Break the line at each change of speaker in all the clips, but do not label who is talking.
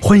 欢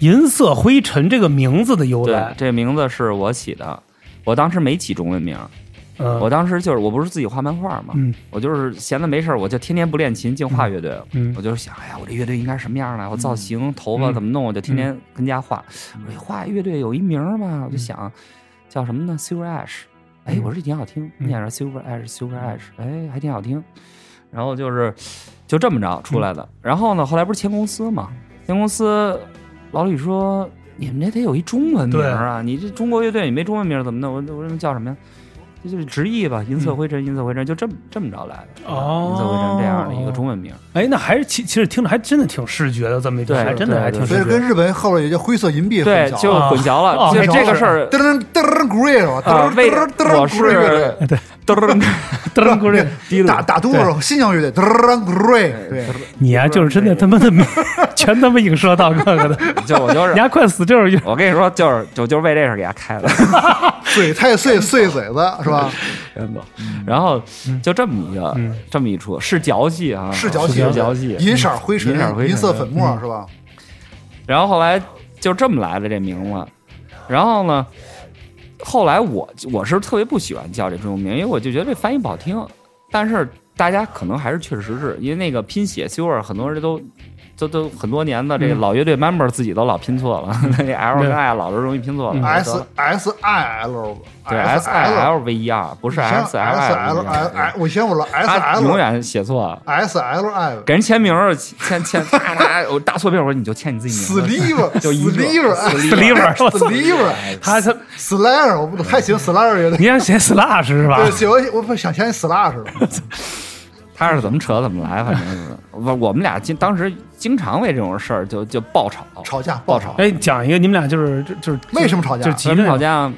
银色灰尘”这个名字的由
对
来，，
这名字是我起的，我当时没起中文名，
嗯，
我当时就是我不是自己画漫画嘛，
嗯
我就是闲的没事儿，我就天天不练琴，净画乐队。
嗯
我就是想，哎呀，我这乐队应该什么样呢？我造型、头发
嗯
怎么弄？我就天天跟家画。我说画乐队有一名儿嘛，我就想叫什么呢？Silver Ash。哎，我说这挺好听，
嗯嗯
念着 Silver Ash，Silver Ash，哎，还挺好听。然后就是就这么着出来
嗯
的。然后呢，后来不是签公司嘛？签公司，老李说你们这得有一中文名儿啊！你这中国乐队你没中文名儿怎么弄？我我说叫什么呀？这就是直译吧，银色灰尘，银色灰尘，就这么这么着来的。
嗯哦
银色灰尘这样的一个中文名儿。
哎，那还是其其实听着还真的挺视觉的，这么一听，
对
还真的
对
还挺
对
所以
视
跟
觉。
日本后来也叫灰色银币
对
混，淆
就
了，
混淆了。
哦
就
还真
是这个
是
事儿
噔噔噔鼓乐手，
啊，
噔
为
噔
我
噔鼓乐
是
队，
嘚儿
噔噔咕噜，
滴
打
了。哎
打嘟噜，新疆乐队，噔噔鼓乐，对，
你呀、就是真的他妈的没， 全他妈影射到这个的，
就我就
你
是，
丫快死就是
我跟你说，就是就就是为这事儿给他开的。
嘴太碎碎嘴子是
啊
吧？
真的。然后就这么一个
嗯
这么一出是矫戏啊，
是矫戏，
是矫戏。
银色灰尘，
银色灰尘嗯
银色粉末是吧？
然后后来就这么来的这名字，然后呢，后来我我是特别不喜欢叫这中文名，因为我就觉得这翻译不好听。但是大家可能还是确实是因为那个拼写 Silver，很多人都都都很多年的这个
嗯
老乐队 member 自己都老拼错了， 那个 L 跟 I 老是容易拼错了。
嗯
S S I L
对
S
S I L V E R 不是 S
S
L E
L I，我以前我老 S
他
L
永远写错。
S L I，
给人签名儿，签签 啪啪，我大错别字，我说你就签你自己名字。
Sliver
就一个
Sliver
Sliver，我操
Sliver
他他，
Slayer，我不还行 Slayer 乐队，
你想写 slash 是吧？
对，我我不想签 Slash 了，
他是怎么扯怎么来，反正是 我我们俩经当时经常为这种事儿就就爆吵，
吵架
爆吵。
哎，讲一个你们俩就是就就是
为什么吵架
就是急
为
着
什么吵架？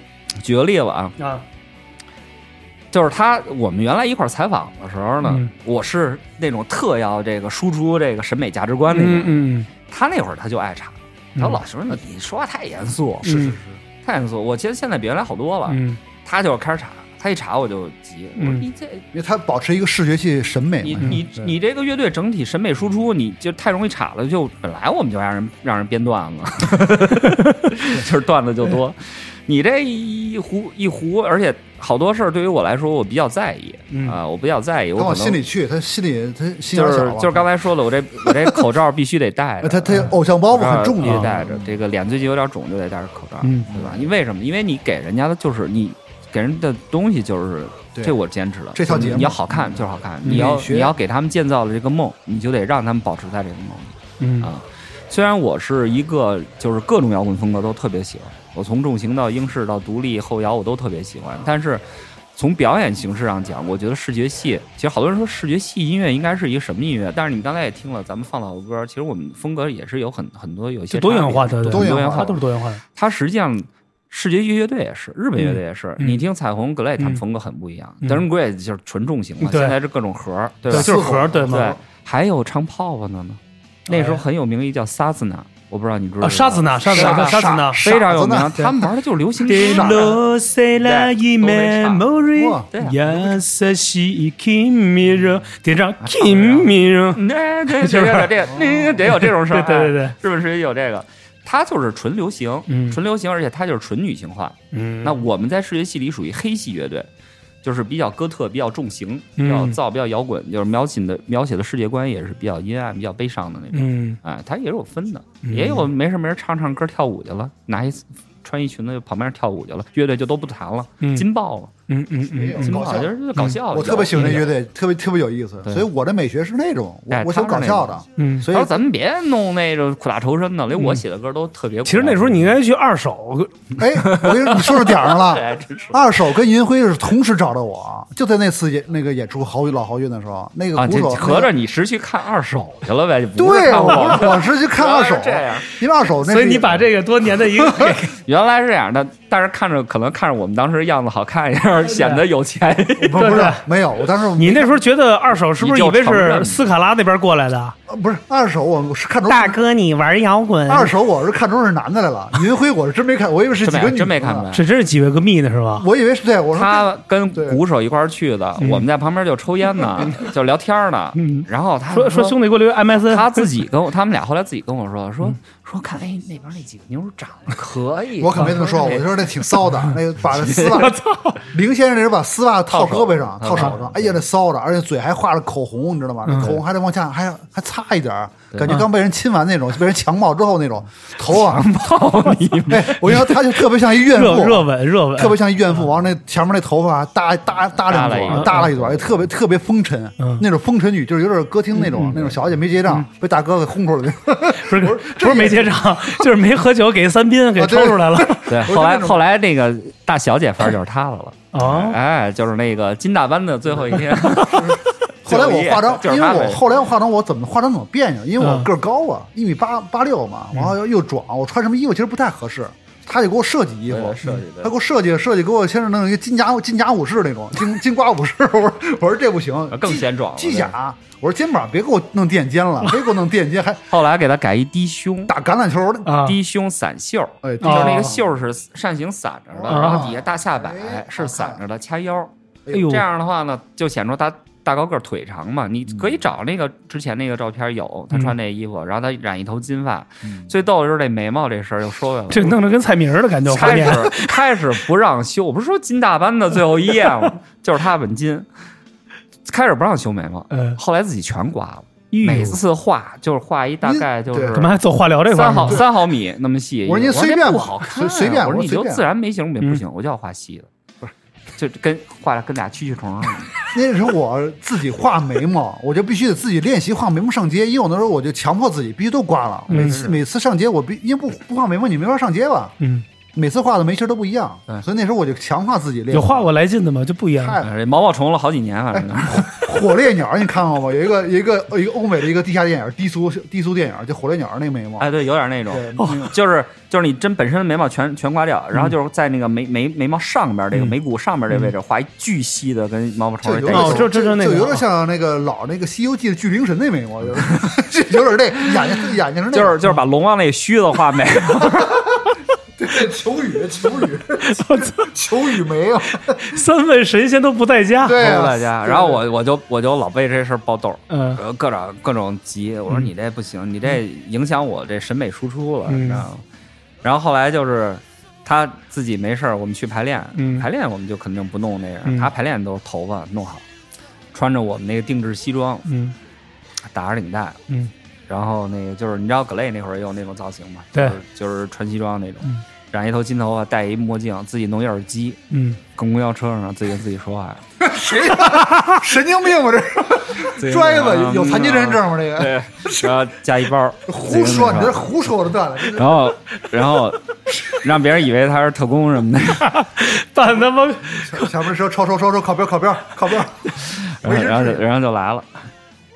举个例子啊，
啊？
就是他我们原来一块儿采访的时候呢，
嗯
我是那种特要这个输出这个审美价值观那种，
嗯嗯，
他那会儿他就爱吵，
嗯
他老说你说话太严肃，
是是是，
太严肃。我其实现在比原来好多了，
嗯
他就开始吵，他一吵我就急，我说
嗯
你这
因为他保持一个视觉系审美
你
嘛。
你你这个乐队整体审美输出，你就太容易岔了。就本来我们就让人让人编段子， 就是段子就多。你这一糊一糊，而且好多事儿对于我来说，我比较在意啊、
嗯
我比较在意。
他
我
往
可
心
能
里去，他心里他心
就
眼
是
小啊，呃
就是刚才说的，我这我这口罩必须得 戴着，
他他偶像包
口
袱
罩
很重
必须
的
啊，
戴着。这个脸最近有点肿，就得戴着口罩，
嗯
对吧？你为什么？因为你给人家的就是你给人的东西就是。
对
这我坚持的，
这套节目
你要好看就是好看，
嗯
你要
美学
你要给他们建造了这个梦，你就得让他们保持在这个梦里。
嗯
啊虽然我是一个就是各种摇滚风格都特别喜欢，我从重型到英式到独立后摇我都特别喜欢，但是从表演形式上讲，我觉得视觉系其实好多人说视觉系音乐应该是一个什么音乐，但是你们刚才也听了，咱们放老歌，其实我们风格也是有很很多有一些
就多元化
差别
的
对
多元
多
化
元
它
化
都是多元化的，
它实际上世界乐队也是，日本乐队也是。
嗯嗯
你听彩虹 Glay，他们
嗯
风格很不一样。
嗯
d u r n Gray 就是纯重型嘛，
对
现在是各种盒儿，对吧？
就是盒对吗？
对，还有唱泡泡的呢。那时候很有名一叫沙子呢，我不知道你知不知道。
啊，沙子呢？沙子
傻
呢？
傻
沙子呢？
傻
非常有名
傻，子呢
他们玩的就是流行歌。
傻子
say
like memory
哇
对啊
呀，色系 kimi 热，点上 kimi 热，
那对对对对，那得有这种事儿。
对对对对
哎是不是有这个？它就是纯流行，
嗯
纯流行，而且它就是纯女性化。
嗯
那我们在视觉系里属于黑系乐队，就是比较哥特、比较重型、比较
嗯
燥、比较摇滚，就是描写的描写的世界观也是比较阴暗、比较悲伤的那种。
嗯
哎，它也是有分的，
嗯
也有没事没事唱唱歌跳舞去了，拿一穿一裙子就跑旁边跳舞去了，乐队就都不弹了，
嗯
筋爆了。
嗯嗯
没
嗯
有
嗯，
搞
好
笑
就是搞笑。
我特别喜欢这
嗯
乐队，特别特别有意思，
对
所以我的美学是那种我
哎
我喜欢搞笑的，
嗯
所以
他说：“咱们别弄那种苦大仇深的，连我写的歌都特别苦
其
大
实那时候你应该去二手，
哎，我跟你说你说到点儿 上
对还
了。
哎真是
二手跟银辉是同时找到我，就在那次演那个演出豪老豪运的时候，那个
啊，
鼓
这
手
合
那
着
个
你是去看二手去了呗？就不是
对啊
看
我
我
我是去看二手
原来是这样，
因为二手那
所以
是
你把这个多年的一个给
原来是这样的，但是看着可能看着我们当时样子好看一点，显得有钱。
不不 是没有，我当时
你那时候觉得二手是不是以为是斯卡拉那边过来的？
呃不是二手，我是看中
大哥，你玩摇滚？
二手，我是看中是男的来了。银辉我是真没看，我以为 是
真
几
没
个女的
真没看出来
呢，
这真是几位个蜜呢是吧？
我以为是对，我说
他跟
对
鼓手一块儿去的，我们在旁边就抽烟呢，就聊天呢。
嗯
然后他
说说兄弟给我留 MSN，
他自己跟我，他们俩后来自己跟我说
嗯
说说看，哎，那边那几个妞儿长得可以。
我可没这么说，我就说那挺骚的，那个把这丝袜，林先生那是把丝袜套胳膊上，套
套手嗯
手上，哎呀，那骚的，而且嘴还画着口红，你知道吗？那口红还得往下，还还擦一点儿，感觉刚被人亲完那种，被人强暴之后那种头啊，
操你妈！
哎， 我跟你说，他就特别像一怨
热热
妇。
吻热 吻，
特别像一
嗯
怨妇，完了那前面那头发搭搭搭两撮，搭了一撮，特别特别风尘，
嗯
那种风尘女就是有点歌厅那种那种小姐没结账，被大哥给轰出来的。
不是不是没结账，就是没喝酒给三宾给抽出来了。
对，
是
后来
那种
后来那个大小姐范儿就是她的了。
哦
哎，就是那个金大班的最后一天。
后来我化妆，
就是
因为
她
我
呗
后来化妆，我怎么化妆怎么别扭，因为我
嗯
个儿高啊，一米八八六嘛，然后又又壮，我穿什么衣服其实不太合适。他就给我设计衣服
对，设计的
他给我设计设计，给我先是弄一个金甲金甲武士那种金金瓜武士，我说我说这不行，
更
系
显壮了
机甲，我说肩膀别给我弄垫肩了，别给我弄垫肩，还
后来给她改一低胸，
打橄榄球的，
啊，
低胸散袖儿，
哎，
就是那
哦
个袖儿是扇形散着的，
哦
然后底下大下摆
哎
是散着的，掐腰。
哎呦
这，样的话呢，就显出他大高个儿腿长嘛。你
嗯
可以找那个之前那个照片有他穿那衣服，然后他染一头金发。最逗的就是这眉毛这事儿又说回来了。
嗯这弄得跟蔡明儿的感觉，我怀
开
念。
始开始不让修，我不是说金大班的最后一 页吗？就是他本金，开始不让修眉毛，
嗯，
后来自己全刮了。
哎呦
每次画就是画一大概就是
对
干嘛还走化疗这块
三
儿
毫
呢？
三毫米那么细。
我说您
这
随便
不
吧
好看啊，
随随便
我
我
说你
随
就
便
自然眉形不
嗯
行，我就要画细的，不是就跟画跟俩蛐蛐虫似的。
那时候我自己画眉毛，我就必须得自己练习画眉毛上街，因为我那时候我就强迫自己必须都刮了，每次每次上街我必因为不不画眉毛你没法上街吧，
嗯，
每次画的眉形都不一样
对，
所以那时候我就强化自己练。
有画过来劲的吗？就不一样。
太
哎这毛毛虫了好几年，反正
火烈鸟，你看过吗？有一个有一个有一个欧美的一个地下电影，低俗低俗电影，就火烈鸟那眉毛，
哎，对，有点那种
对，嗯
就是就是你真本身的眉毛全全刮掉，然后就是在那个眉眉眉毛上边儿这个眉骨上边儿这位置画一巨细的，跟毛毛虫
就
似
嗯有
的
哦
带一个。
点
这这就是那
就
个
有点像那个老那个《西游记》的巨灵神那眉毛，就是就有点那眼睛眼睛是那
就是就是把龙王那须子画没了，
是求雨求 雨求雨眉啊，
三位神仙都不在家。
对啊，
大家，然后我我就我就老被这事儿爆痘，
嗯，
呃各种各种急，我说
嗯
你这不行，你这影响我这审美输出了，
嗯
你知道吗？然后后来就是他自己没事儿，我们去排练
嗯，
排练我们就肯定不弄那
嗯
样，他排练都是头发弄好，穿着我们那个定制西装，
嗯
打着领带，
嗯，
然后那个就是你知道葛雷那会儿也有那种造型嘛，
对
就是，就是穿西装那种
嗯，
染一头金头发，戴一墨镜，自己弄一耳机，
嗯，
跟公交车上自己跟自己说话，
谁呀？神经病 吧这
自己跟自己
是？
说话
拽子有残疾人，证吗？这
嗯
个
啊对， 然后加一包，
胡说，你
自己跟自己
这胡说的段子。
然后然后让别人以为他是特工什么的，
办他妈
前面车超超超超靠边靠边靠边，
然后然后就然后就来了，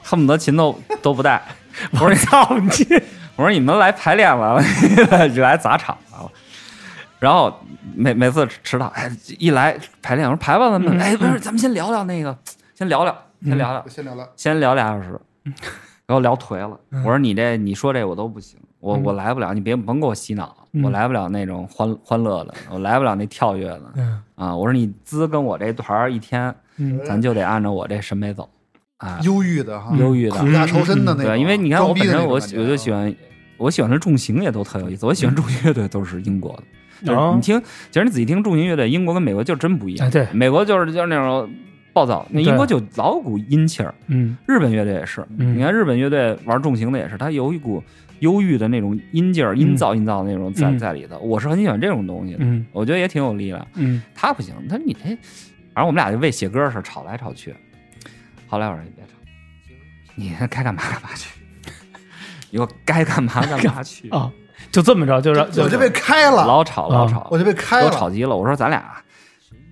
恨不得琴都都不带， 我说你
操你！
我说你们来排练 完了，就来砸场来了。然后每每次迟到，哎，一来排练，我说排吧，咱们，哎，不是，咱们先聊聊那个，先聊聊，先聊聊，
先聊聊，
先聊俩小时，给我聊颓了。我说你这你说这我都不行，我我来不了，你别甭给我洗脑，我来不了那种欢欢乐的，我来不了那跳跃的
嗯
啊。我说你资跟我这团儿一天，
嗯
咱就得按照我这审美走啊，
忧郁的哈，
忧郁的，嗯
苦大仇深的那种。
对，因为你看我
装
本
逼的
身
那种
我
感
喜
觉啊嗯
我就喜欢，我喜欢的重型也都特有意思。我喜欢重型乐队都是英国的。就是
哦
你听，其实你仔细听重型乐队，英国跟美国就真不一样。
哎对
美国就是就是那种暴躁，那英国就老有股阴气儿。
嗯
日本乐队也是，
嗯
你看日本乐队玩重型的也是，它有一股忧郁的那种阴劲儿、阴燥、阴燥的那种在
嗯
在里头。我是很喜欢这种东西的，
嗯
我觉得也挺有力量。
嗯
他不行，他说你这正我们俩就为写歌的事儿吵来吵去。后来我说你别吵，你该干嘛干嘛去，以后该干嘛干 嘛去，
啊，就这么着，就是就
我就被开了，
老吵老
哦
吵，
我就被开
都
了，
吵急了。我说咱俩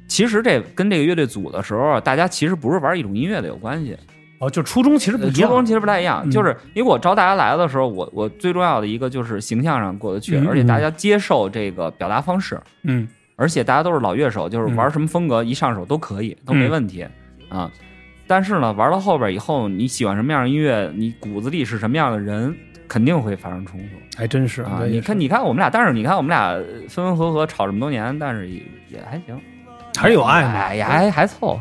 其实这跟这个乐队组的时候，啊大家其实不是玩一种音乐的有关系，呃
哦，就初衷其实不一
初衷
样，
其实不太一样。
嗯
就是因为我招大家来的时候，我我最重要的一个就是形象上过得去，
嗯
而且大家接受这个表达方式，
嗯
而且大家都是老乐手，就是玩什么风格一上手都可以，都
嗯
没问题啊。但是呢，玩到后边以后，你喜欢什么样的音乐，你骨子里是什么样的人，肯定会发生冲突。
还真是
啊，
对
你
也是
看，你看我们俩，但是你看我们俩呃分分合合吵这么多年，但是也也还行，
还是有爱嘛，
哎呀，还还 凑，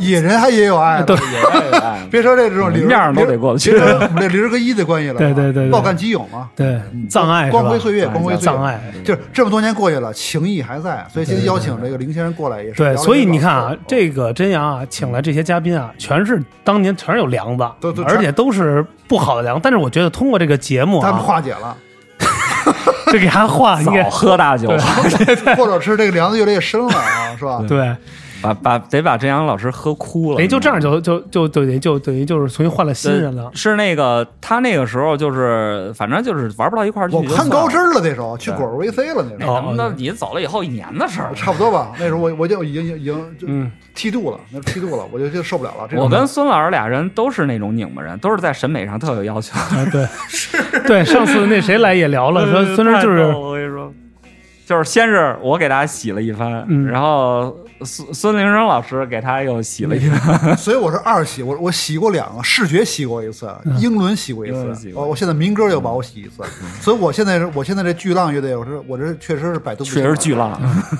野野人还也有爱，
对
也还有爱
别说这这种 理儿
嗯面上都得过得 去
别说我们这驴儿跟一的关系了，
对对对对
暴干基友嘛，
对，葬爱是吧
光辉岁月，光辉岁月，
葬爱。
就是这么多年过去了，情谊还在，所以今天邀请这个林先生过来也是聊
对，
聊这个。
所以你看啊
哦，
这个真阳啊，请来这些嘉宾啊，全是当年全是有梁子
都都，
而且都是不好的梁。但是我觉得通过这个节目
他们
啊，
化解了，
这给他画啊应
早
该
喝大酒，
或者是这个梁子越来越深了啊，是吧？
对，
把把得把真阳老师喝哭了。
哎，就这样就就就等于就等于就是重新换了新人了
呃。是那个他那个时候就是，反正就是玩不到一块儿去
我
就算了。
攀高枝儿了那时候，去果儿 VC 了那时
哎，
哦
候，
咱们那你走了以后一年的事儿了。
差不多吧。那时候我我就已经已经就
嗯，
梯度了，那梯度了，我就就受不了了。这种
我跟孙老师俩人都是那种拧巴人，都是在审美上特有要求。
啊，对，对，上次那谁来也聊了，说孙儿就是
我跟你说，就是先是我给大家洗了一番，
嗯
然后孙孙林生老师给他又洗了一番，
所以我是二洗，我我洗过两个，视觉洗过一次，英伦洗过
嗯
一
英伦
次哦
洗，过嗯
我我现在民歌又把我洗一次，所以我现在是我现在这巨浪乐队，我是我这确实是百度不行
确实巨浪。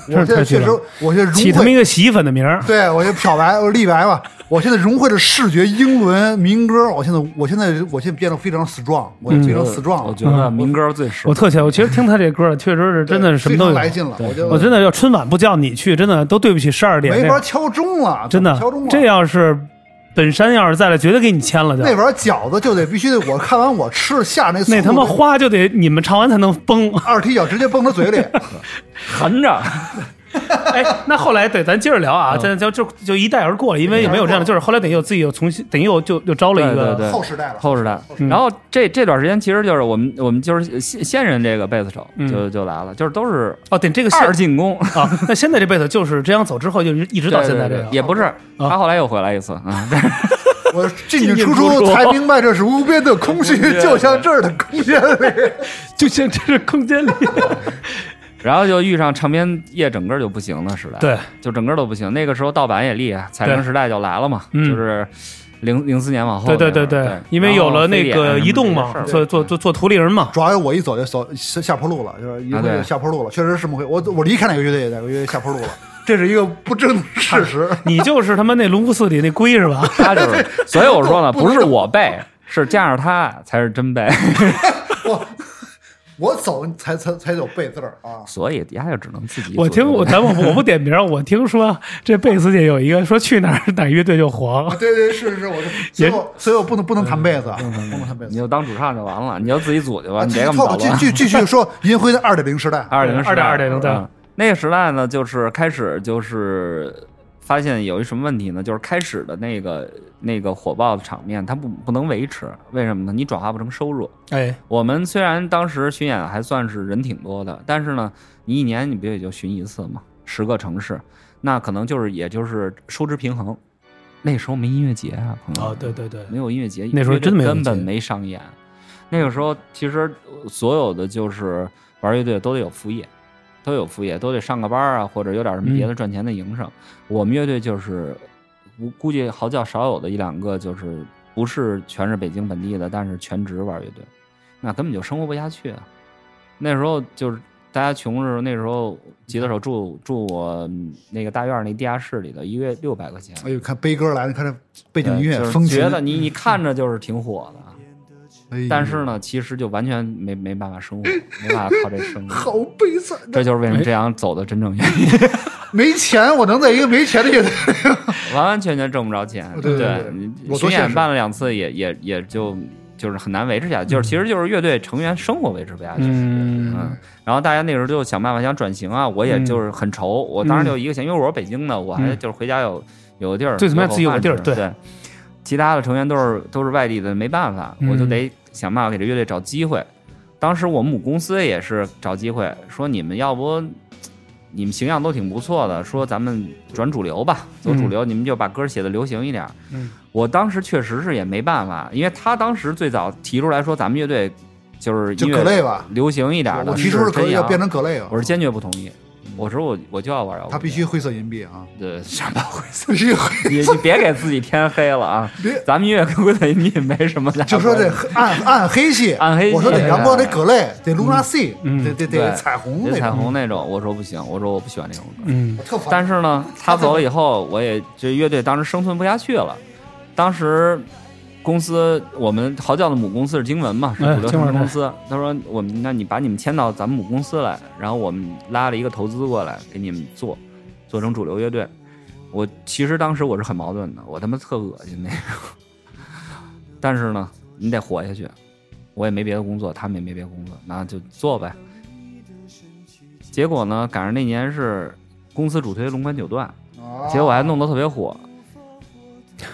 我现在确实我现在
起
融
他们
会
一，个洗衣粉的名儿，
对我就漂白，我立白吧，我现在融汇着视觉、英伦、民歌，我现在我现在我现在变得非常 strong，我非常 strong，
嗯我
了
觉得民歌最
嗯
爽
我。特喜欢。我其实听他这歌，确实是真的是什么都
非
有
常。来劲了，我就
我真的要春晚不叫你去，真的都对不起十二点。
没
那
法
个
敲钟了，
真的
敲钟了，，啊
这要是本山要是在了，绝对给你签了就。
那碗饺子就得必须得我看完我吃了下那速
那他妈
度
花就得你们唱完才能崩。
二踢脚直接蹦他嘴里。
横着，
哎，那后来对，咱接着聊
嗯
啊，咱就就就一带而过了，因为也没有这样的，就是后来等于有自己又重新，等于又就又招了一个，
对对对
后时代了，
后时代
嗯。
然后这这段时间其实就是我们我们就是现现任这个贝斯手
嗯
就就来了，就是都是
哦，对，这个现
二进攻，
啊，那现在这辈子就是这样走之后，就一直到现在这啊
对对
样
对。也不是，他后来又回来一次啊。但是
我进进出出才明白这是无边的空虚，就像这儿的空啊间里。
就像这是空 间里，
然后就遇上唱片业整个就不行的时代，
对，
就整个都不行。那个时候盗版也厉害，彩
对
铃时代就来了嘛，
嗯
就是零零四年往后
对
那会
对
儿，
对
对，
因为有了那
然后
个
非典
移动
什
嘛，
么这些
做
事
做做做图灵人嘛，
主要我一走就走下下坡路了，就是一
啊
回
对
就下坡路了，确实是这么回。我我离开哪个乐队，哪个乐队下坡路了，这是一个不争的事实。
你就是他妈那龙福寺里那龟是吧？
儿，他就是，所以我说呢，不是我背，是加上他才是真 背，
我我走才才才有背字儿啊，
所以丫就只能自己做。
我听我咱们我不点名儿，我听说这贝斯界有一个说去哪儿 哪乐队就黄
啊，对对是是是，我就所以我所以我不能不能弹贝斯，啊，
嗯
不能弹贝
你
斯。
就当主唱就完了，你就自己组去吧，
啊
你
继
别
续
跟我捣
错吧，继
乱。
继继 续说银辉的二点零时代，啊
二点零时代，
2.0对
嗯那个时代呢，就是开始就是发现有一什么问题呢？就是开始的那个那个火爆的场面，它不不能维持，为什么呢？你转化不成收入。
哎，
我们虽然当时巡演还算是人挺多的，但是呢，你一年你不也就巡一次嘛，十个城市，那可能就是也就是收支平衡。那时候没音乐节啊，朋友。
哦，对对对，
没有音乐节，
那时候真没有音乐
根
节
本没商演。那个时候其实呃所有的就是玩乐队都得有副业，都有副业，都得上个班啊，或者有点什么别的赚钱的营生。我们乐队就是，我估计嚎叫少有的一两个就是不是全是北京本地的，但是全职玩乐队，那根本就生活不下去啊。那时候就是大家穷的时候，那时候吉他手住住我嗯那个大院儿那地下室里头，一个月六百块钱。
哎呦，看悲歌来了，看这背景音乐
对就是
风情
觉，得你你看着就是挺火的，啊
哎呦
但是呢，其实就完全没没办法生活，没办法靠这生活。
好悲惨的。
这就是为什么这样走的真正原因，
没钱，我能在一个没钱的乐队，
完完全全挣不着钱。
对对对
你
我多
巡
现
演
实
办了两次也，也也就就是很难维持下去，就是其实就是乐队成员生活维持不下去。
嗯
嗯，然后大家那时候就想办法想转型啊，我也就是很愁，我当时就一个钱，因为我是北京的，我还
嗯
就是回家有有个地儿，
最起码自己有个地儿
口饭吃
对
对。其他的成员都是都是外地的，没办法，我就
嗯
得想办法给这乐队找机会。当时我们母公司也是找机会，说你们要不你们形象都挺不错的，说咱们转主流吧，走主流，你们就把歌写的流行一点。
嗯，
我当时确实是也没办法，因为他当时最早提出来说咱们乐队就是
就
音
葛
乐
类吧，
流行一点的，
我提出
是
是葛
真
要
阳
变成葛类啊，
我是坚决不同意。我说我我就要玩摇滚乐，
他必须灰色银币啊，
呃什么灰色，
必须
你你别给自己天黑了啊
别！
咱们音乐跟灰色音没什么大关系，
就说这黑暗暗黑系，
暗黑系
我说得
对
阳光，得葛类，得 Luna C，
嗯
得得
对
得彩虹那
这彩
种，
虹那种，我说不行，我说我不喜欢这种歌。
嗯
特烦。
但是呢，他走了以后，我也这乐队当时生存不下去了。当时公司我们嚎叫的母公司是经文嘛，是
哎
主流
经
唱
文
片公司。他说我们，那你把你们签到咱们母公司来，然后我们拉了一个投资过来给你们做，做成主流乐队。我其实当时我是很矛盾的，我他妈特恶心那种。 但是呢，你得活下去，我也没别的工作，他们也没别的工作，那就做呗。结果呢，赶上那年是公司主推《龙盘九段》，
啊
结果还弄得特别火。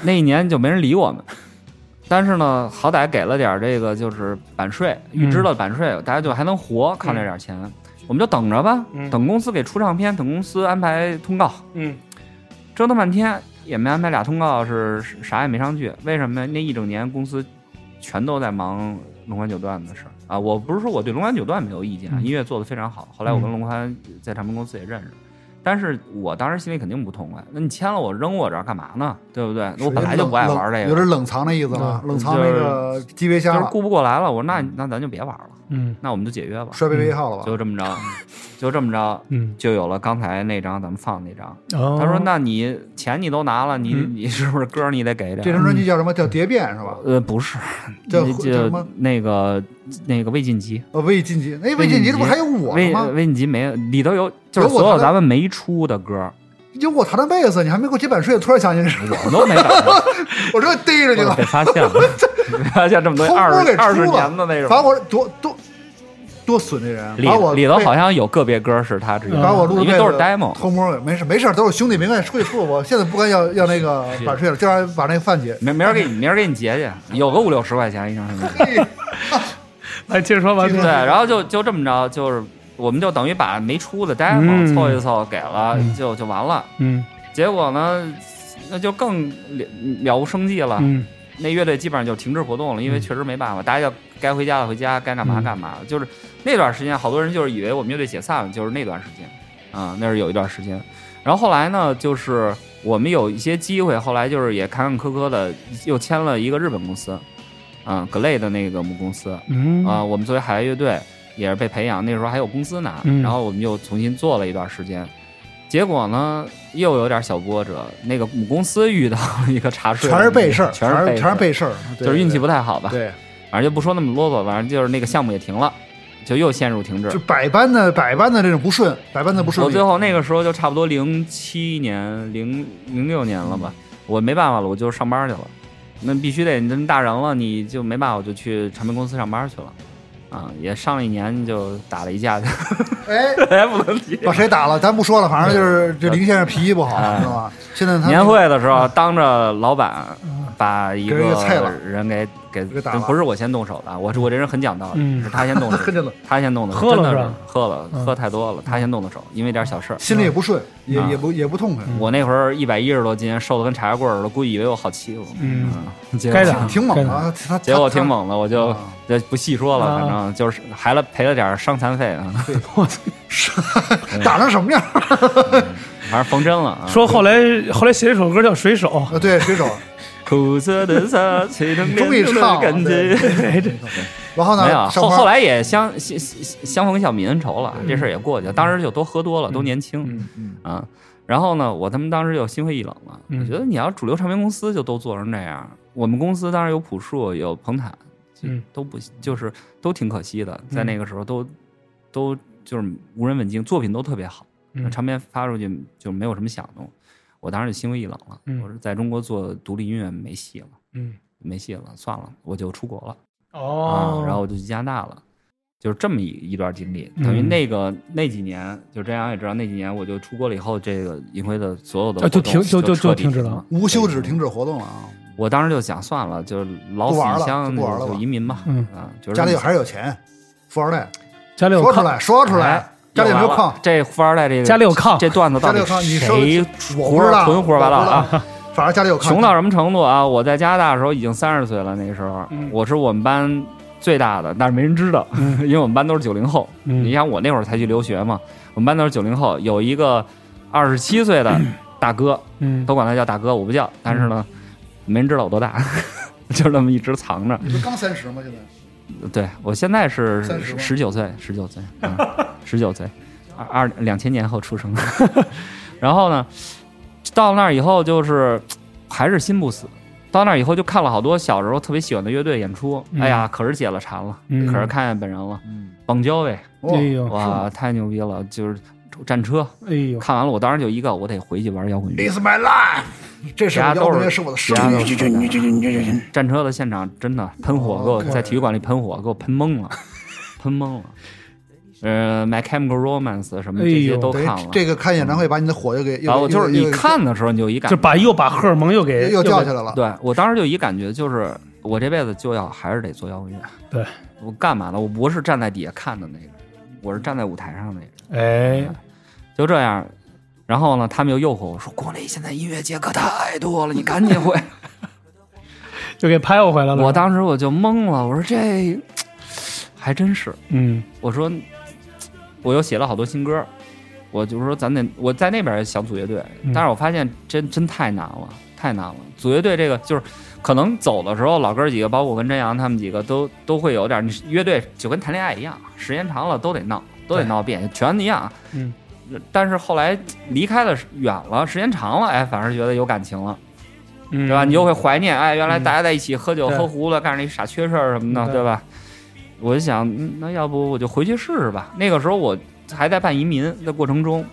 那一年就没人理我们，但是呢，好歹给了点儿这个就是版税，预支了版税，大家就还能活，靠那点儿钱，我们就等着吧，
嗯
等公司给出唱片，等公司安排通告，
嗯
折腾半天也没安排俩通告是，是啥也没上去。为什么呀？那一整年公司全都在忙龙宽九段的事儿啊。我不是说我对龙宽九段没有意见啊，
嗯
音乐做得非常好。后
嗯
来我跟龙宽在唱片公司也认识，但是我当时心里肯定不痛快。那你签了我扔我这儿干嘛呢？对不对？我本来就不爱玩这
有
个，嗯
点冷藏的意思了，冷藏那个机
就
杯箱
是
了，
顾不过来了。我说那那咱就别玩了，
嗯
那我们就解约吧，
摔杯杯号了吧
嗯就？这么 着，就这么着。
嗯，哦
就有了刚才那张咱们放的那张，
他
他
哦
说：“那你钱你都拿了，你
嗯
你是不是歌儿你得给点儿？
这张专辑叫什么？叫蝶变是吧？
呃，不是，
叫
那
叫
就
什么
那个那个魏晋级，
呃，未晋级，那未晋级这不还有我呢
魏
吗？
魏晋级没有里头有，就
有
是
我
所有
弹的
咱们没出的歌，
有我弹的贝斯，你还没给我结版税，突然想起这事，
我都没打算
我这逮着你了。
被发现 了，被发现这么多
偷摸
二
给
十
出
二十
了
年的那种
把。我多多多损这人，啊
里
把我
里头
贝
好嗯像有个别歌是他
嗯
只有，
把我录的
因为都是
贝斯
demo，
偷摸没事没事，都是兄弟，没关系，出去出去。我现在不该要要那个版税了，今儿把那个饭结。
明明儿给你明儿给你结去，有个五六十块钱一张什 么的。
来哎接着说完
接着
对，
说
然后就就这么着，就是我们就等于把没出的 demo
嗯
凑一凑给了，
嗯
就就完了。
嗯
结果呢，那就更了了无生计了。
嗯
那乐队基本上就停止活动了，因为确实没办法，大家要该回家的回家，该干嘛干嘛。就是那段时间，好多人就是以为我们乐队解散了，就是那段时间，啊、那是有一段时间。然后后来呢，就是我们有一些机会，后来就是也坎坎坷坷的又签了一个日本公司，啊、格雷的那个母公司，
嗯
啊、我们作为海外乐队也是被培养，那时候还有工资拿，
嗯
然后我们又重新做了一段时间。结果呢，又有点小波折。那个母公司遇到了一个查税的问
全是
题，
背事儿，
全
全是
是
全是背事儿，对
就是运气不太好吧。
对，
反正就不说那么啰嗦，反正就是那个项目也停了，就又陷入停滞
就。百般的百般的这种不顺，百般的不顺
我
利。
最后那个时候就差不多零七年、零零六年了吧，我没办法了，我就上班去了。那必须得，你这么大人了，你就没办法，我就去唱片公司上班去了。啊，也上了一年就打了一架，
哎，
哎，不能提。
把谁打了咱不说了，反正就是这林先生脾气不好，
哎
知道吧？现在 他
年会的时候，当着老板把一
给人给菜了
个人给给
给打了
不是我先动手的，我我这人很讲道理，
嗯
是他先 动的
真的
他先弄的，
喝了
真的
是吧
是喝了，
嗯
喝太多了，他先弄的手，因为点小事儿。
心里也不顺，也
啊
嗯
也不也不痛快，
我那会儿一百一十多斤，瘦的跟柴火棍儿似的，估计以为我好欺负。
嗯，
结
该
果
打
挺猛啊。他
结果挺，猛的，我就
啊
就不细说了，
啊
反正就是还了赔了点伤残费啊，
他
嗯
他打成什 么样？
反正缝针了啊。
说后来后来写了一首歌叫《水手》，
啊，对，水手。
苦涩的涩，吹动
终于
脸
唱
上的
了
感
对
觉。
然后
没有，啊
呢，上
后
班
后来也相相相逢小泯恩仇了，这事儿也过去了。当时就都喝多了，都年轻
嗯
啊。然后呢，我他们当时就心灰意冷了。
嗯
我觉得你要主流唱片公司就都做成这样，我们公司当时有朴树，有彭坦，就
嗯
都不就是都挺可惜的，在那个时候都都就是无人问津，作品都特别好，
嗯
唱片发出去就没有什么响动。我当时就心灰意冷了，
嗯
我说在中国做独立音乐没戏了，
嗯
没戏了，算了，我就出国了。
哦
啊，，然后我就去加拿大了，就是这么一一段经历。等于
嗯
那个、那几年，就张阳也知道，那几年我就出国了以后，这个银辉的所有的
啊就
活动
停就就
彻
就
底
停止了
了，
无休止停止活动了啊！
我当时就想算了，就老
不
死
玩了
异乡
不玩了吧
就移民吧，
嗯
啊，就是
家里有还
是
是有钱，富二代，
家里有
说出
炕，
来说出来
哎，
家里有没有
完
矿
了？这富二代这个
家里有炕，
这段子到
家
底
里有矿，你说
谁
我
胡
不知道，
混胡完了
我
啊？
不知道，反正家里有矿，
穷到什么程度啊？我在加拿大的时候已经三十岁了，那时候、
嗯
我是我们班最大的，但是没人知道， 因为我们班都是九零后。
嗯
你想我那会儿才去留学嘛，我们班都是九零后，有一个二十七岁的大哥，
嗯，
都管他叫大哥，我不叫，但是呢，没人知道我多大， 就那么一直藏着。
你不是刚三十吗？现在
对我现在是
30吗
十九岁，十九岁，嗯十、9九岁，二二两千年后出生的。 然后呢，到那儿以后就是还是心不死。到那儿以后就看了好多小时候特别喜欢的乐队演出，
嗯
哎呀，可是解了馋了，
嗯
可是看见本人了，邦交呗，
哎
哇，
呦，
哇，太牛逼了！就是战车
哎呦，
看完了，我当时就一个，我得回去玩摇滚乐。
This is my life，这是我
大家
摇
都
滚乐
是
是我的生
大家都
命
是。战车的现场真的喷火，
哦
给我在体育馆里喷火，给我喷 懵了，喷懵了。呃，《My Chemical Romance》什么这
哎
些
呦
都
等
看
于
了。
这个看演唱会把你的火又给，
然后
又
就是
又
你看的时候，你就一感
就把又把荷尔蒙又
又
给
又
给
叫起来了，
对我当时就一感觉就是我这辈子就要还是得做摇滚乐。
对，
我干嘛呢？我不是站在底下看的那个人，我是站在舞台上那个人。
哎，
就这样，然后呢，他们又诱惑我说：“国内现在音乐节可太多了，你赶紧回。”
又给拍 回来了。
我当时我就懵了，我说这还真是。
嗯
我说，我又写了好多新歌，我就说咱得我在那边也想组乐队
嗯，
但是我发现真真太难了，太难了。组乐队这个就是，可能走的时候老哥几个，包括我跟真阳他们几个都都会有点，你乐队就跟谈恋爱一样，时间长了都得闹，都得闹别扭，全一样。
嗯。
但是后来离开了远了，时间长了，哎，反而觉得有感情了，
嗯，
对吧？你就会怀念，哎，原来
嗯
大家在一起喝酒、
对
喝糊了，干那傻缺事儿什么
嗯
的，
对
对吧？我就想，嗯那要不我就回去试试吧。那个时候我还在办移民的过程中，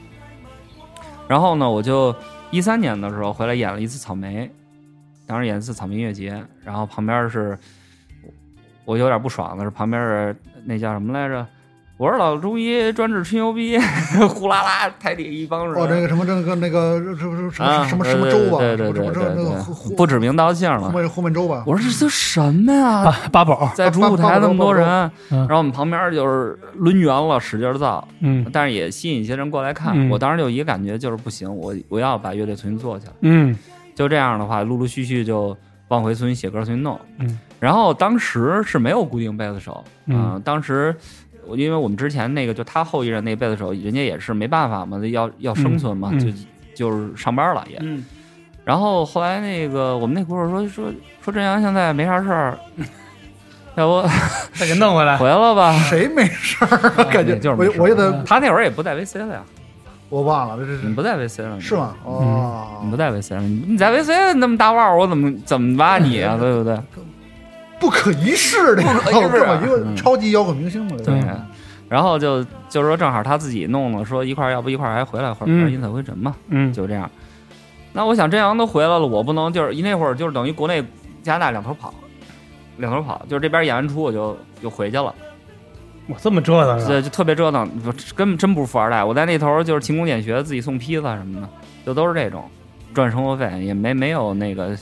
然后呢，我就一三年的时候回来演了一次草莓，当时演一次草莓音乐节，然后旁边是，我有点不爽的是旁边是那叫什么来着？我是老中医，专治吹牛逼， 呼啦啦台底一帮人，
哦，这个什么这个那个什么什么
啊
什么什么粥吧，
对
什
对
么什
对
么
对
什
对
么那个
对
呼
不指名道啊姓了
呼。焖呼焖粥吧，
我说这都什么呀？
八八宝，
在主舞台那么多人，
啊 嗯
然后我们旁边就是抡圆了，使劲造，
嗯
但是也吸引一些人过来看。
嗯
我当时就有一个感觉就是不行，我我要把乐队重新做起来。
嗯
就这样的话，陆陆续续就往回重新写歌，重新弄。
嗯，
然后当时是没有固定贝斯手，
嗯
啊当时我因为我们之前那个就他后一任那贝斯手，人家也是没办法嘛，要要生存嘛，
嗯
就就是上班了也。
嗯
然后后来那个我们那鼓手说说说振阳现在没啥事 儿，要不
再给弄回来。
回来吧。
谁没事儿啊？ 感觉
对就是没
我
事儿
我也得
他那会儿也不在 VC 了呀，
我忘了，这这
你
是
不在 VC 了
是？吗？
你不
哦，
在 VC 了，你你在 VC 那么大腕儿，我怎么怎么挖你 啊？对不对？
不可一世的，
不可一世啊
这么一个
嗯
超级摇滚明星嘛，
对啊
嗯。
然后就就说正好他自己弄了，说一块儿要不一块儿还回来会儿
嗯
玩阴彩灰尘嘛，
嗯
就这样。那我想真阳都回来了，我不能就是那会儿就是等于国内加拿大两头跑，两头跑，就是这边演完出我就就回去了。
我这么折腾啊，
这就特别折腾，不根本真不是富二代。我在那头儿就是勤工俭学，自己送披萨什么的，就都是这种赚生活费，也没没有那个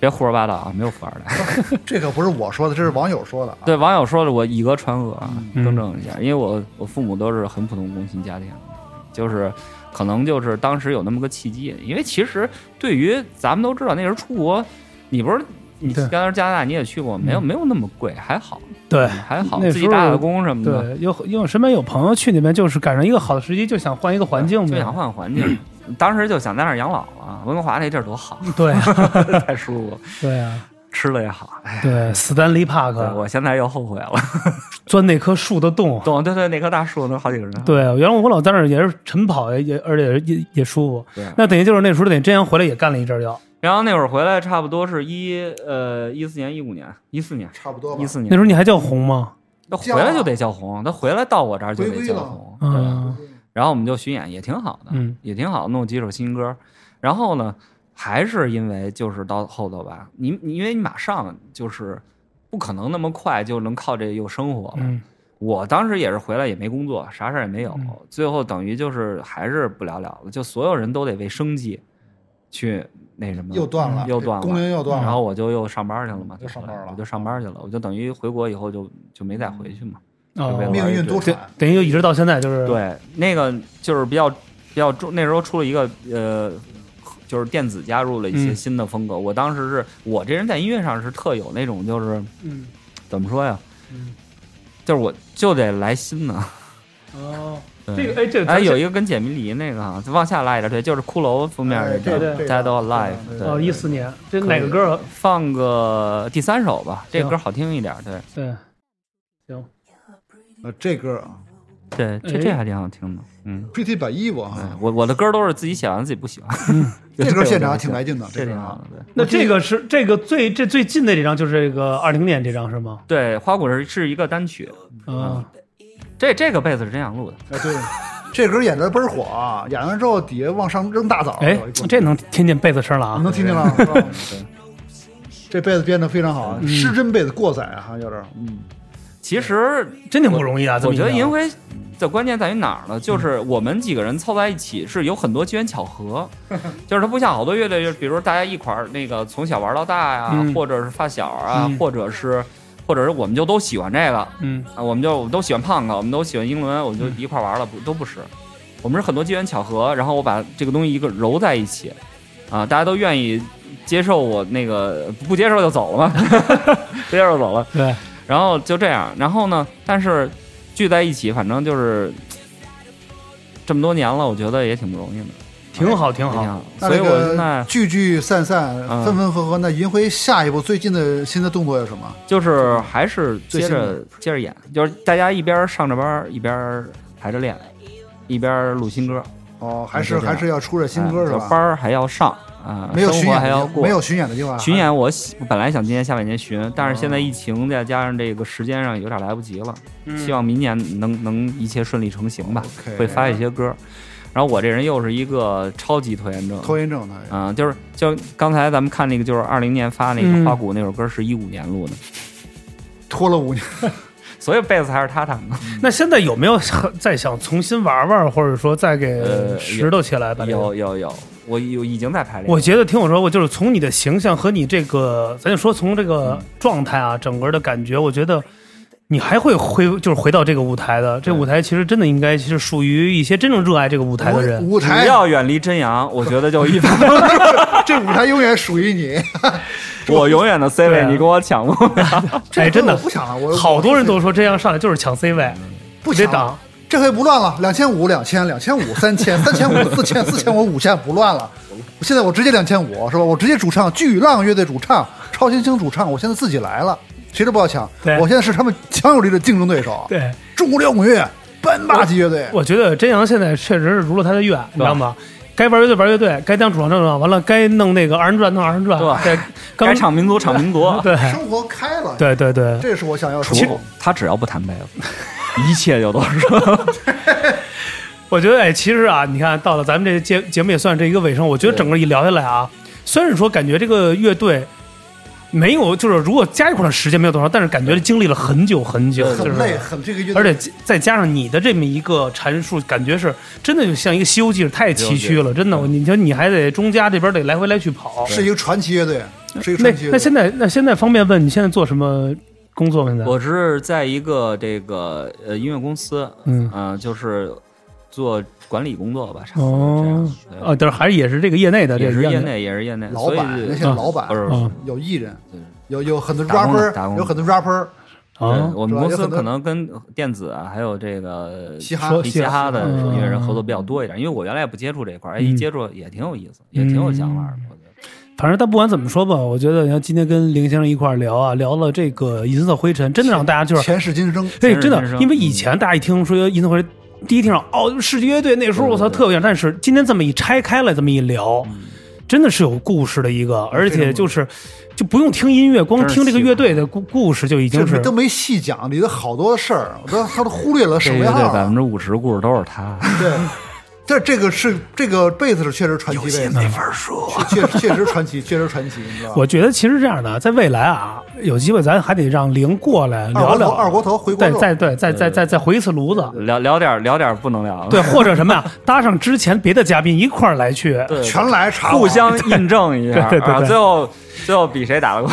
别胡说八道啊，没有富二代。
这可不是我说的，这是网友说的啊。
对网友说了，我以讹传讹啊，
嗯
更正一下，因为我我父母都是很普通工薪家庭，就是可能就是当时有那么个契机，因为其实对于咱们都知道那时候出国，你不是。你
对
刚才加拿大你也去过，没有没有那么贵，还好
对
还好，
嗯那
自己
时候
打打工什么的，
对，有因为我身边有朋友去那边，就是赶上一个好的时机，就想换一个环境
就想
呗。
换环境。当时就想在那儿养老了，温哥华那地儿多好，
对啊，
太舒服，
对啊，
吃的也好。哎，
对，斯丹利
对
Park
我现在又后悔了。
钻那棵树的洞。
懂，对对，那棵大树能好几个人。
对，原来我老在那儿也是晨跑，也也而且也也舒服。
对啊
那等于就是那时候等于真阳回来也干了一阵儿药。
然后那会儿回来，差不多是一呃一四年、一五年、一四年、
差不多吧
一。四
那时
年，
候你还叫红吗？
他回来就得叫红，他回来到我这儿就得叫红。对啊
嗯
然后我们就巡演也挺好的，
嗯
也挺好，弄几首新歌。然后呢，还是因为就是到后头吧，你你因为你马上就是。不可能那么快就能靠这又生活了。
嗯
我当时也是回来也没工作，啥事儿也没有，
嗯
最后等于就是还是不了了了，就所有人都得为生计去那什么，
又断了，
嗯又断了
供应又断
然
了，
后我就又上班去了嘛，
又上班了
我就上班去了，我就等于回国以后就就没再回去嘛。
哦
对
命运多舛。
等于一直到现在就是，
对，那个就是比较比较重，那时候出了一个呃，就是电子加入了一些
嗯
新的风格。我当时是我这人在音乐上是特有那种就是
嗯，
怎么说呀，
嗯
就是我就得来 新的。
哦，
对
这个哎，这个
哎，有一个跟简迷离那个啊，往下拉一点，对，就是骷髅封面
哎
那
这
个
个
对
这个
Dead or Alive，
对
对
哦，一四年，这哪个歌啊？
放个第三首吧，这
行
歌好听一点，对
对，
呃这歌啊
对，这
哎
这还挺好听的，嗯。
Pretty by Evil
对
啊，
我我的歌都是自己写完自己不喜欢，
嗯
这歌现场挺来
来
劲的，
这挺
歌
好
啊
的，对。
那这个是这个最这最近的这张就是这个二零年这张是吗？
对，花鼓是是一个单曲，
啊，
这这个贝斯是这样录的，
哎对，这歌演的倍儿火啊，演完之后底下往上扔大枣，
哎
我一，嗯
这能听见贝斯声了
你
啊
能！听见了？是吧这被子编得非常好，啊
嗯
失真被子过载啊，有点儿嗯，
其实
真挺不容易啊，这
我
么一
觉
聊嗯
得银辉的关键在于哪儿呢？就是我们几个人凑在一起是有很多机缘巧合，就是它不像好多乐队，就是比如说大家一块儿那个从小玩到大呀、
嗯
或者是发小啊，
嗯
或者是或者是我们就都喜欢这个啊，
嗯
我们就我们都喜欢胖哥，我们都喜欢英伦，我们就
嗯
一块儿玩了，不都不是，我们是很多机缘巧合，然后我把这个东西一个揉在一起，啊，大家都愿意接受我那个不接受就走了嘛， 不接受就走了。
对，
然后就这样，然后呢，但是聚在一起，反正就是这么多年了，我觉得也挺不容易的，
挺好挺
也挺
好。
好。
那
所以
这
我现
个
在
聚聚散散，
嗯
分分合合。那银辉下一步最近的新的动作有什么？
就是还是接
最新
着
的
接着演，就是大家一边上着班，一边排着练，一边录新歌，
哦，还
就是这样
还是要出这新歌
哎
是
就
吧？
班儿还要上啊，
没有
生
巡
活
演
还要
的计，
过
没。有啊巡演的计划。
巡演我喜本来想今年下半年巡，但是现
哦
在疫情再加上这个时间上有点来不及了，
嗯
希望明年能能一切顺利成行吧。
OK
会发一些歌。然后我这人又是一个超级拖延症，
拖延症的，
啊、就是就刚才咱们看那个，就是二零年发那个
嗯
花鼓那首歌是一五年录的，
拖了五年。
所以贝斯还是他弹的。
那现在有没有想再想重新玩玩，或者说再给
呃
拾掇起来吧？这个
有有有，我有已经在排练。
我觉得听我说过，就是从你的形象和你这个，咱就说从这个状态啊，整个的感觉，我觉得你还会回，就是回到这个舞台的。这舞台其实真的应该是属于一些真正热爱这个舞台的人。
舞舞
只
台，
要远离真阳，我觉得就 一般。
这舞台永远属于你。
我永远的 C
对
位，
啊
你跟我抢不了。
哎，真
我
的
不，想了，我
好多人都说这样上来就是抢 C 位，
不
这
想了
档。
这回不乱了，两千五、两千、两千五、三千、三千 五、四千、四千五、五千，不乱了。我现在我直接两千五，是吧？我直接主唱，巨浪乐队主唱，超新星主唱，我现在自己来了，谁都不要抢。
对
我现在是他们强有力的竞争对手，
对，
中国摇滚乐班霸级乐队。
我觉得真阳现在确实是如了他的愿，你知道吗？该玩乐队玩乐队，该当主唱正唱，完了该弄那个二人转弄二人转，
对
对，刚
该唱民族唱民族。
对
生活开了，
对对对，
这是我想要的。
除他只要不弹贝斯， 一切就都是。
我觉得哎，其实啊，你看到了咱们这节节目也算是一个尾声，我觉得整个一聊下来啊，虽然说感觉这个乐队没有，就是如果加一块儿的时间没有多少，但是感觉经历了很久很久，就
很累，
是。
很这个乐队，
而且再加上你的这么一个阐述，感觉是真的就像一个《西游记》，太崎岖了，真的。
嗯
我你说你还得中家这边得来回来去跑。
是一个传奇乐队，是一个
那
传奇乐队。
那现在那现在方便问你现在做什么工作吗？现在
我是在一个这个呃音乐公司，
嗯
呃就是做管理工作吧，差不多是
哦
这样。对
啊，但是还是也是这个业内的，这
也
个
是业
样的
内，哦也是业内，
老板，那
所以
些老板
不是
啊
有艺人
对，
有有很多
打工的打工
rapper，
的
有很多 rapper，
啊
对，我们
主要
公
有
司
很多
可能跟电子啊，还有这个
嘻哈
说
嘻哈嗯的
嘻哈
音乐人合作比较多一点，因为我原来也不接触这一块儿，哎，
嗯
一接触也挺有意思，也挺有想法的。我觉得
反正但不管怎么说吧，我觉得你看今天跟林先生一块儿聊啊，聊了这个银色灰尘，真的让大家就是，
前世今生。
哎，
前世
真
今
的，
生
因为以前大家一听说银色灰尘，第一听上哦，世界乐队那时候
对对
我操
对
特有样，但是今天这么一拆开来，这么一聊，真的是有故事的一个，而且就是就不用听音乐，光
真是
听这个
喜欢
乐队的故故事就已经
就是
是
都没细讲里头好多事儿，我都他都忽略了
这
首
乐
要
队百分
了。
之五十故事都是他，
对，但这个是这个贝斯是确实传奇贝斯，
法说。
确确实传奇，确实传奇，你知道吧？
我觉得其实这样的，在未来啊，有机会咱还得让零过来
二
聊
锅头，
聊
二锅头回锅
对，
肉，
再对，再再再再回一次炉子，
聊聊点聊点不能聊，
对，或者什么呀，搭上之前别的嘉宾一块儿来去，
对，
全来查我
互相印证一下，
对对对
啊
对
最后最后比谁打得 过。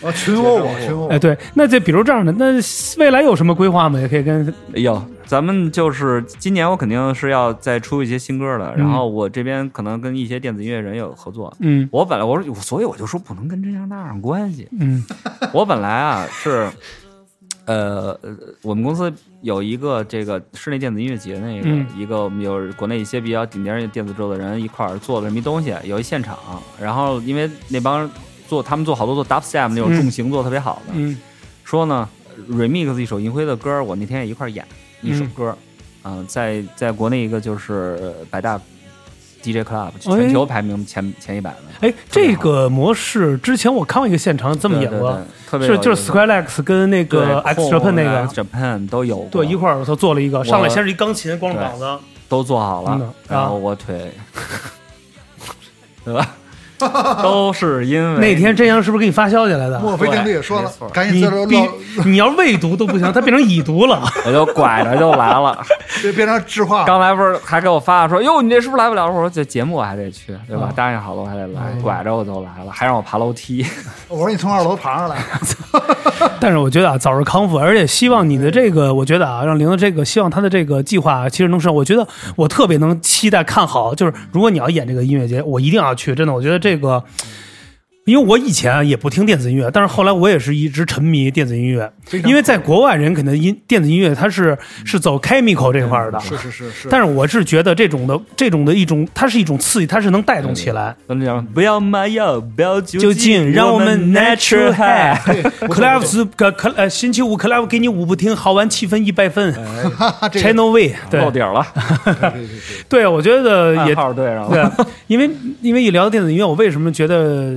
啊群殴我，群殴我
哎，。对，那这比如这样的，那未来有什么规划吗？也可以跟
哎呦，咱们就是今年我肯定是要再出一些新歌了，然后我这边可能跟一些电子音乐人有合作。
嗯
我本来我说，所以我就说不能跟真相搭上关系。
嗯
我本来啊是，呃，呃我们公司有一个这个室内电子音乐节那个、
嗯
一个，我们有国内一些比较顶尖儿的电子制作的人一块儿做了这么一东西，有一现场。然后因为那帮做他们做好多做 dubstep 那种
嗯
重型做得特别好的，
嗯
说呢，remix 一首银辉的歌，我那天也一块儿演一首歌，啊、
嗯
在在国内一个就是呃百大 DJ club 全球排名前、前一百的，
哎，这个模式之前我看过一个现场这么演过，
对对对特别有
是就
意
是
思
Skylex 跟那
对
个 X Japan 那个
X。Japan 都有过
对，一块儿我操做了一个，上来先是一钢琴，光着膀子，
都做好了，
嗯啊
然后我腿，对吧？都是因为
那天真阳是不是给你发消息来 的？
墨菲定律也说
对
了
没错，
赶紧
你
再说
必
唠，
你要未读都不行，他变成已读了。
我就拐着就来了。
别别让智化。
刚来不是还给我发说，哟，你这是不是来不了？我说这节目我还得去，对吧
啊？
答应好了我还得来，
哎
拐着我就来了，还让我爬楼梯。
我说你从二楼爬上来，
但是我觉得啊，早日康复，而且希望你的这个，我觉得啊，让玲的这个，希望她的这个计划啊其实能实现。我觉得我特别能期待看好，就是如果你要演这个音乐节，我一定要去，真的，我觉得这个。因为我以前啊也不听电子音乐，但是后来我也是一直沉迷电子音乐，因为在国外人可能音电子音乐它是是走 chemical 这块儿的，
是是是是，
但是我是觉得这种的这种的一种，它是一种刺激，它是能带动起来。
跟那叫什么不要麻药，不要酒
究竟让我们 natural high。克莱
Clive
夫斯克克呃，星期五克莱夫给你五不停，好玩气氛一百分。
这个
Channel V，
到
对
底儿了，
对对对
对，我觉得也
暗号对上 了。
对，啊因为因为一聊电子音乐，我为什么觉得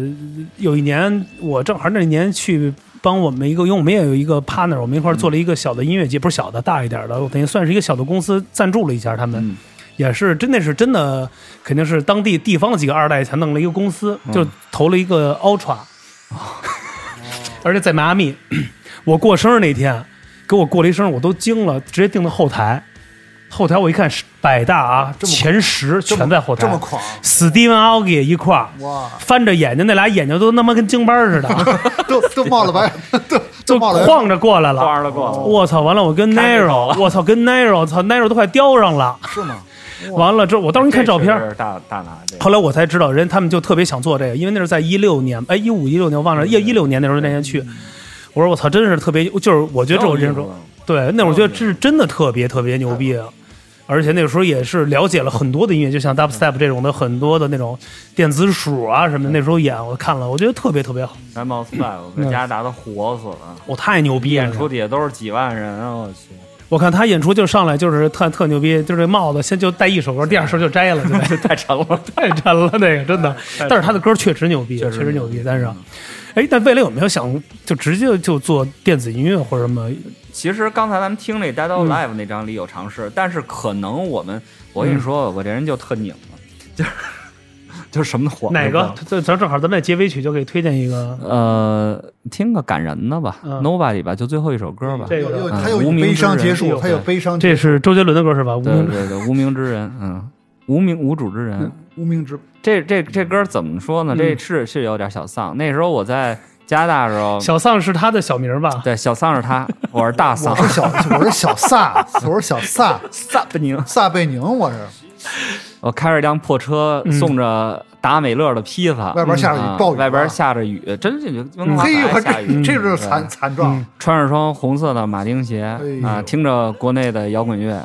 有一年我正好那年去帮我们一个，因为我们也有一个 partner，我们一块儿做了一个小的音乐节，不是小的，大一点的，我等于算是一个小的公司赞助了一下他们。
嗯
也是，真的是真的，肯定是当地地方的几个二代才弄了一个公司，
嗯
就投了一个 Ultra，、而且在迈阿密， 我过生日那天给我过了一生日，我都惊了，直接订的后台，后台我一看是百大啊，
这么
前十
这么
全在后台，
这么狂，
Steven Augie 一块儿，
哇，
翻着眼睛，那俩眼睛都他妈跟京巴似 的，
都都 冒了白，都
就
都冒了
晃着过来了。
花了过了，
我操！完了，我跟
看着走
Nero，
了
我操，跟 Nero，操，Nero 都快叼上了。
白，是吗？
完了之后，我当时一看照片
这，是大大拿这个
后来我才知道，人他们就特别想做这个，因为那是在一六年，哎，一五一六年我忘了，一一六年那时候那天去，我说我操，真是特别，就是我觉得这种人种，对，那会儿觉得这是真的特别特别牛逼
嗯
啊。而且那个时候也是了解了很多的音乐，就像 dubstep 这种的很多的那种电子鼠啊什么的，那时候演我看了，我觉得特别特别好，
咱貌似在我在加拿大都火死了，
我太牛逼了
演。出底下都是几万人啊！我去，
我看他演出就上来就是特特牛逼，就是这帽子先就戴一首歌，第二首就摘了，对
太沉了，
太沉了那个 真的。但是他的歌确实牛逼，确实牛逼。但是啊，哎，但未来有没有想就直接就做电子音乐或者什么？
其实刚才咱们听那《Dead or
嗯嗯
Live》那张里有尝试，但是可能我们，我跟你说，我这人就特拧了，就是就是什么都火不了
哪个？嗯这咱正好咱们在结尾曲就给推荐一个，
呃，听个感人的吧
嗯
，Nobody 吧，就最后一首歌吧。
这
又
个
又
嗯
他又
无
以
名
悲
之
伤结
人
又
束，他又悲伤，
这是周杰伦的歌是吧？无嗯
对
名指
对对，无名之人，嗯，无名无主之人，
无名之
这这这歌怎么说呢？
嗯
这是是有点小丧。那时候我在加拿大的时候，
小丧是他的小名吧？
对小丧是他，我是大丧
我，是小，我是小萨，我是小萨
萨不宁。
萨贝宁，我是
我开着一辆破车，
嗯
送着达美乐的披萨，
外边下着雨
啊
暴雨
外边
啊
下着雨，真是温哥华
嘿，
本
我
来下雨，
这这就是惨
对
惨状
嗯，
穿着双红色的马丁鞋
呦
啊，听着国内的摇滚乐，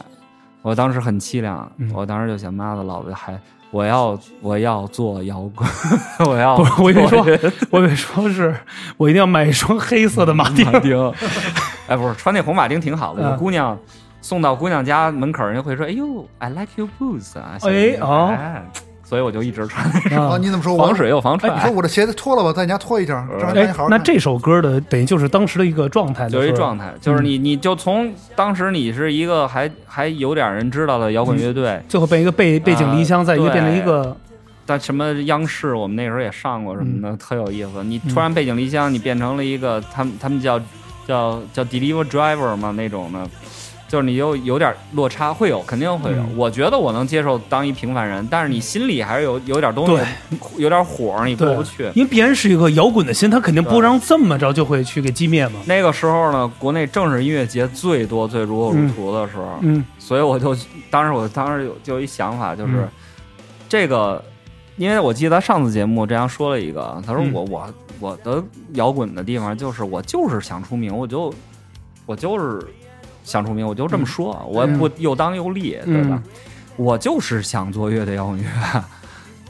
我当时很凄凉
嗯，
我当时就想，妈的，老子还我要我要做摇滚， 我要
不是，我以为
做
说，我以为说是我一定要买一双黑色的马丁。
马丁， 哎，不是穿那红马丁挺好的，有
嗯
姑娘。送到姑娘家门口，人家会说：“哎呦，I like your boots 啊！”
哎哦
哎，所以我就一直穿那个
啊，
啊
你怎么说我
防？水又防
哎，你说
踹，
我这鞋子脱了吧，在你家脱一下，让人
哎
好好，
那
看
这首歌的等于就是当时的一个状态，
就是一
是
状态，就是你你就从当时你是一个还还有点人知道的摇滚乐队，
最后被一个背背井离乡，再一个
对
变成一个
但什么央视我们那时候也上过什么
嗯
的，特有意思。你突然背井离乡，你变成了一个他们他们叫叫叫 deliver driver 嘛那种的，就是你又有点落差，会有肯定会有。
嗯
我觉得我能接受当一平凡人，但是你心里还是有有点东西
对，
有点火，你过不去。
因为必然是一个摇滚的心，他肯定不
对
让这么着就会去给击灭嘛。
那个时候呢，国内正是音乐节最多、最如火如荼的时候，
嗯
所以我就当时我当时有就有一想法，就是、
嗯
这个，因为我记得上次节目这样说了一个，他说
嗯
我、我我的摇滚的地方就是我就是想出名，我就我就是想出名，我就这么
嗯
说，我也不又当又立，对吧？我就是想做乐队摇滚乐，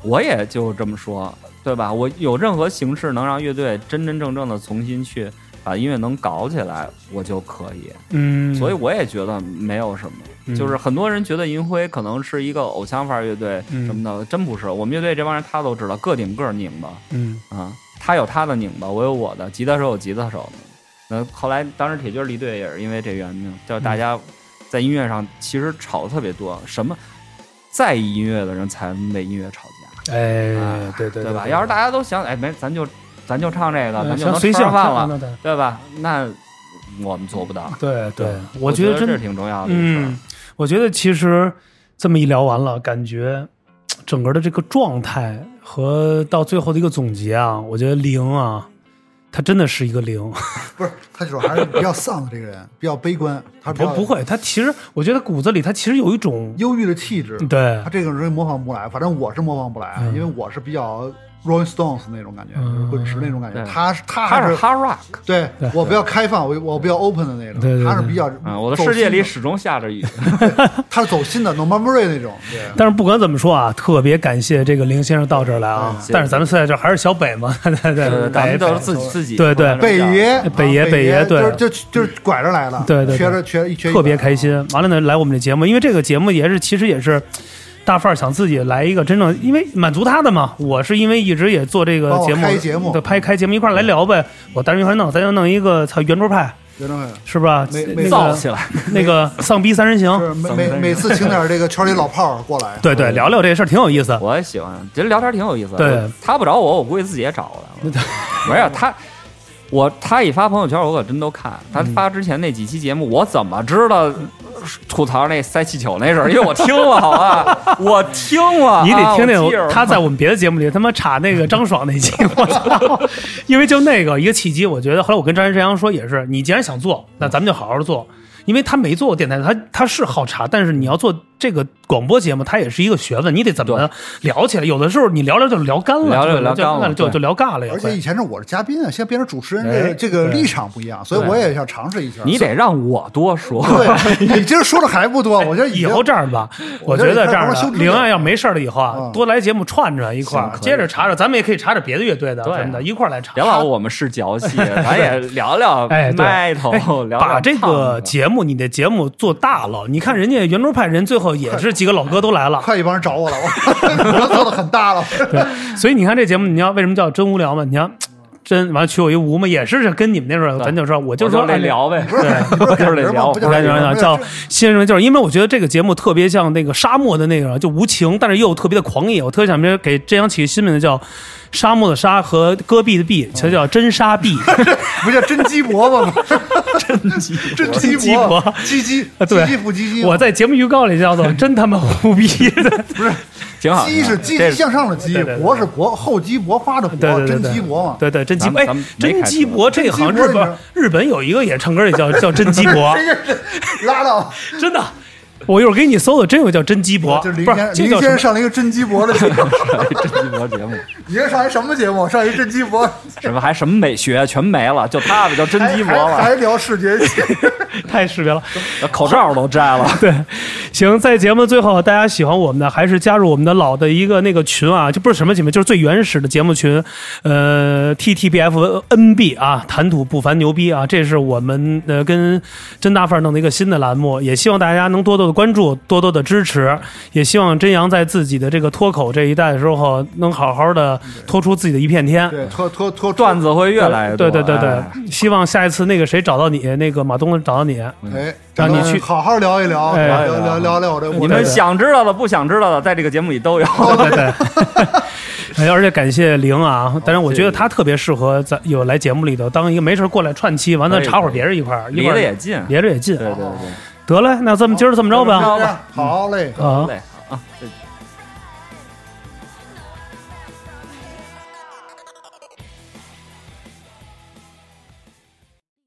我也就这么说，对吧？我有任何形式能让乐队真真正正的重新去把音乐能搞起来，我就可以。
嗯，
所以我也觉得没有什么，
嗯
就是很多人觉得银辉可能是一个偶像范儿乐队
嗯
什么的，真不是。我们乐队这帮人他都知道，个顶个儿拧巴
嗯
啊，他有他的拧巴，我有我的，吉他手有吉他手的。那后来当时铁军离队也是因为这原因，就是
嗯
大家在音乐上其实吵得特别多，什么在意音乐的人才为音乐吵架，
哎
啊，
对对
对吧？要是大家都想，哎，没咱就咱就唱这个，咱就
想
能
随
吃
性
上饭了，
看看
对吧？那我们做不到。
对对
对，
我
觉
觉得真的
这是挺重要的一事儿。
嗯，我觉得其实这么一聊完了，感觉嘖整个的这个状态和到最后的一个总结啊，我觉得零啊，它真的是一个零。
不是他主要还是比较丧的这个人，比较悲观，他比
不
较
不会，它其实我觉得骨子里它其实有一种
忧郁的气质，
对
他，这个人模仿不来，反正我是模仿不来，啊
嗯
因为我是比较 Rolling Stones 那种感觉，就是滚石那种感觉。
对
他是他
嗯他是
是
hard rock
对我比较开放，我我比较 open 的那种，
对对对
他是比较
嗯
啊，我的
走
世界
心
里
的
始终下着雨。
他是走心的 No m a m o r y 那种，对。
但是不管怎么说啊，特别感谢这个林先生到这儿来啊
嗯谢。谢
但是咱们现在这还是小北嘛， 对 对对，
咱们
北
都是自己自己
对对
北爷，
哎
北爷
啊
北
北
爷对
就是就就是拐着来的，
对对对
瘸着瘸着一瘸一拐，
特别开心。完了呢，来我们这节目，因为这个节目也是其实也是。大范儿想自己来一个真正，因为满足他的嘛。我是因为一直也做这个
帮我
节目，
开节目
对，拍开节目一块儿来聊呗。我当时一块儿弄，咱就弄一个操圆桌派，
袁政委。
是吧？
没
那
没
造
个
起来。
那个丧逼三人行，
就是每每每次请点这个圈里老炮儿过来，
对对，聊聊这事儿挺有意思。
我也喜欢，这聊天挺有意思的。
对，
他不找我，我估计自己也找来了。没有他，我他一发朋友圈，我可真都看。他
嗯
发之前那几期节目，我怎么知道吐槽那塞气球那事儿？因为我听了，好吧，我听 了。
你得听
啊
听
我记着
他在我们别的节目里他妈插那个张爽那期，我 操！因为就那个一个契机，我觉得后来我跟张山山阳说也是，你既然想做，那咱们就好好做。因为他没做过电台，他他是好茶，但是你要做这个广播节目，它也是一个学问，你得怎么聊起来？有的时候你聊聊就聊干了，
聊
就
聊聊干了
就就
对
就聊尬了也
而且
会。
以前是我是嘉宾啊，现在变成主持人，这
哎
个这个
对
立场不一样，所以我也想尝试一下。
你得让我多 说。
对，你今儿说的还不多，我觉得已
以
经
后这样吧，我
我
觉
觉
得
得
这样
你看我
的
修，直
玲
了
啊要没事儿了以后啊，
嗯
多来节目串串一块儿
行，可以
接着查查，咱们也可以查查别的乐队的
对啊
什么的，一块儿来查。
梁老师，我们是 矫戏，咱也聊聊
哎对
麦头，聊聊
把这个
唱的
节目，你的节目做大了。你看人家圆桌派人最后也是几个老哥都来了，
快一帮人找我了，我我做的很大了。
所以你看这节目，你要为什么叫真无聊嘛？你
哎
看真完了娶我一无嘛，也是跟你们那时候，
对
咱就说，我
我就
就说
来。聊呗，
你哎不是感觉吗？
不
不
就
就
不
是
是
感
不
觉
是
吗
不是叫新人，就是因为我觉得这个节目特别像那个沙漠的那个，就无情，但是又特别的狂野。我特别想别给这阳起个新名字，叫“沙漠的沙”和“戈壁的壁”，其实叫“真沙壁”。
不叫真鸡脖子吗？真鸡
鸡
脖
脖，
鸡鸡
啊对
鸡鸡不鸡鸡，
我在节目预告里叫做“真他妈胡逼”的。
挺好。
鸡是积
这
极向上的鸡
啊对对，对
脖是脖，后鸡脖发的脖
对对，对
真
对
鸡脖嘛。
对对，真鸡
咱
脖，
们
哎
咱们，没
真
开
鸡
车
脖，这好像
真
日
鸡脖
本日本有一个也唱歌也叫叫真鸡啊脖
这，个拉倒，
真的，我一会儿给你搜搜，真有个叫真鸡脖，
哦就是林
不
先
是
林
这叫
先
什
生
么？
上了一个真鸡脖的节目，
这一波节目，
你这上一什么节目？上一甄 姬博，
什么还什么美学啊全没了，就他们叫真鸡脖
还还
了，
还聊视觉系，
太识别了。
口罩都摘了。
对，行，在节目最后，大家喜欢我们的，还是加入我们的老的一个那个群啊，就不是什么群，就是最原始的节目群，呃，T T B F N B 啊，谈吐不凡牛逼啊，这是我们呃跟真大范儿弄的一个新的栏目，也希望大家能多多的关注，多多的支持，也希望真阳在自己的这个脱口这一代的时候，能好好的脱出自己的一片天。
对，脱脱脱
段子会越来越多。
对对对对
哎，
希望下一次那个谁找到你，那个马东找到你，
哎，
让你
咱们
去
好好聊一聊，
哎
聊聊聊聊我这
你
我
们
这
想知道的、不想知道的，在这个节目里都有。
对 对。哎，而且感谢玲啊，但是我觉得她特别适合在有来节目里头当一个没事儿过来串期，完了
可以
查会儿别人一块儿，一
离
块儿
得也近。
离着也近。
对对对，
得嘞，那这么今儿这么着吧，
吧
好嘞，
啊
对，好啊，再见。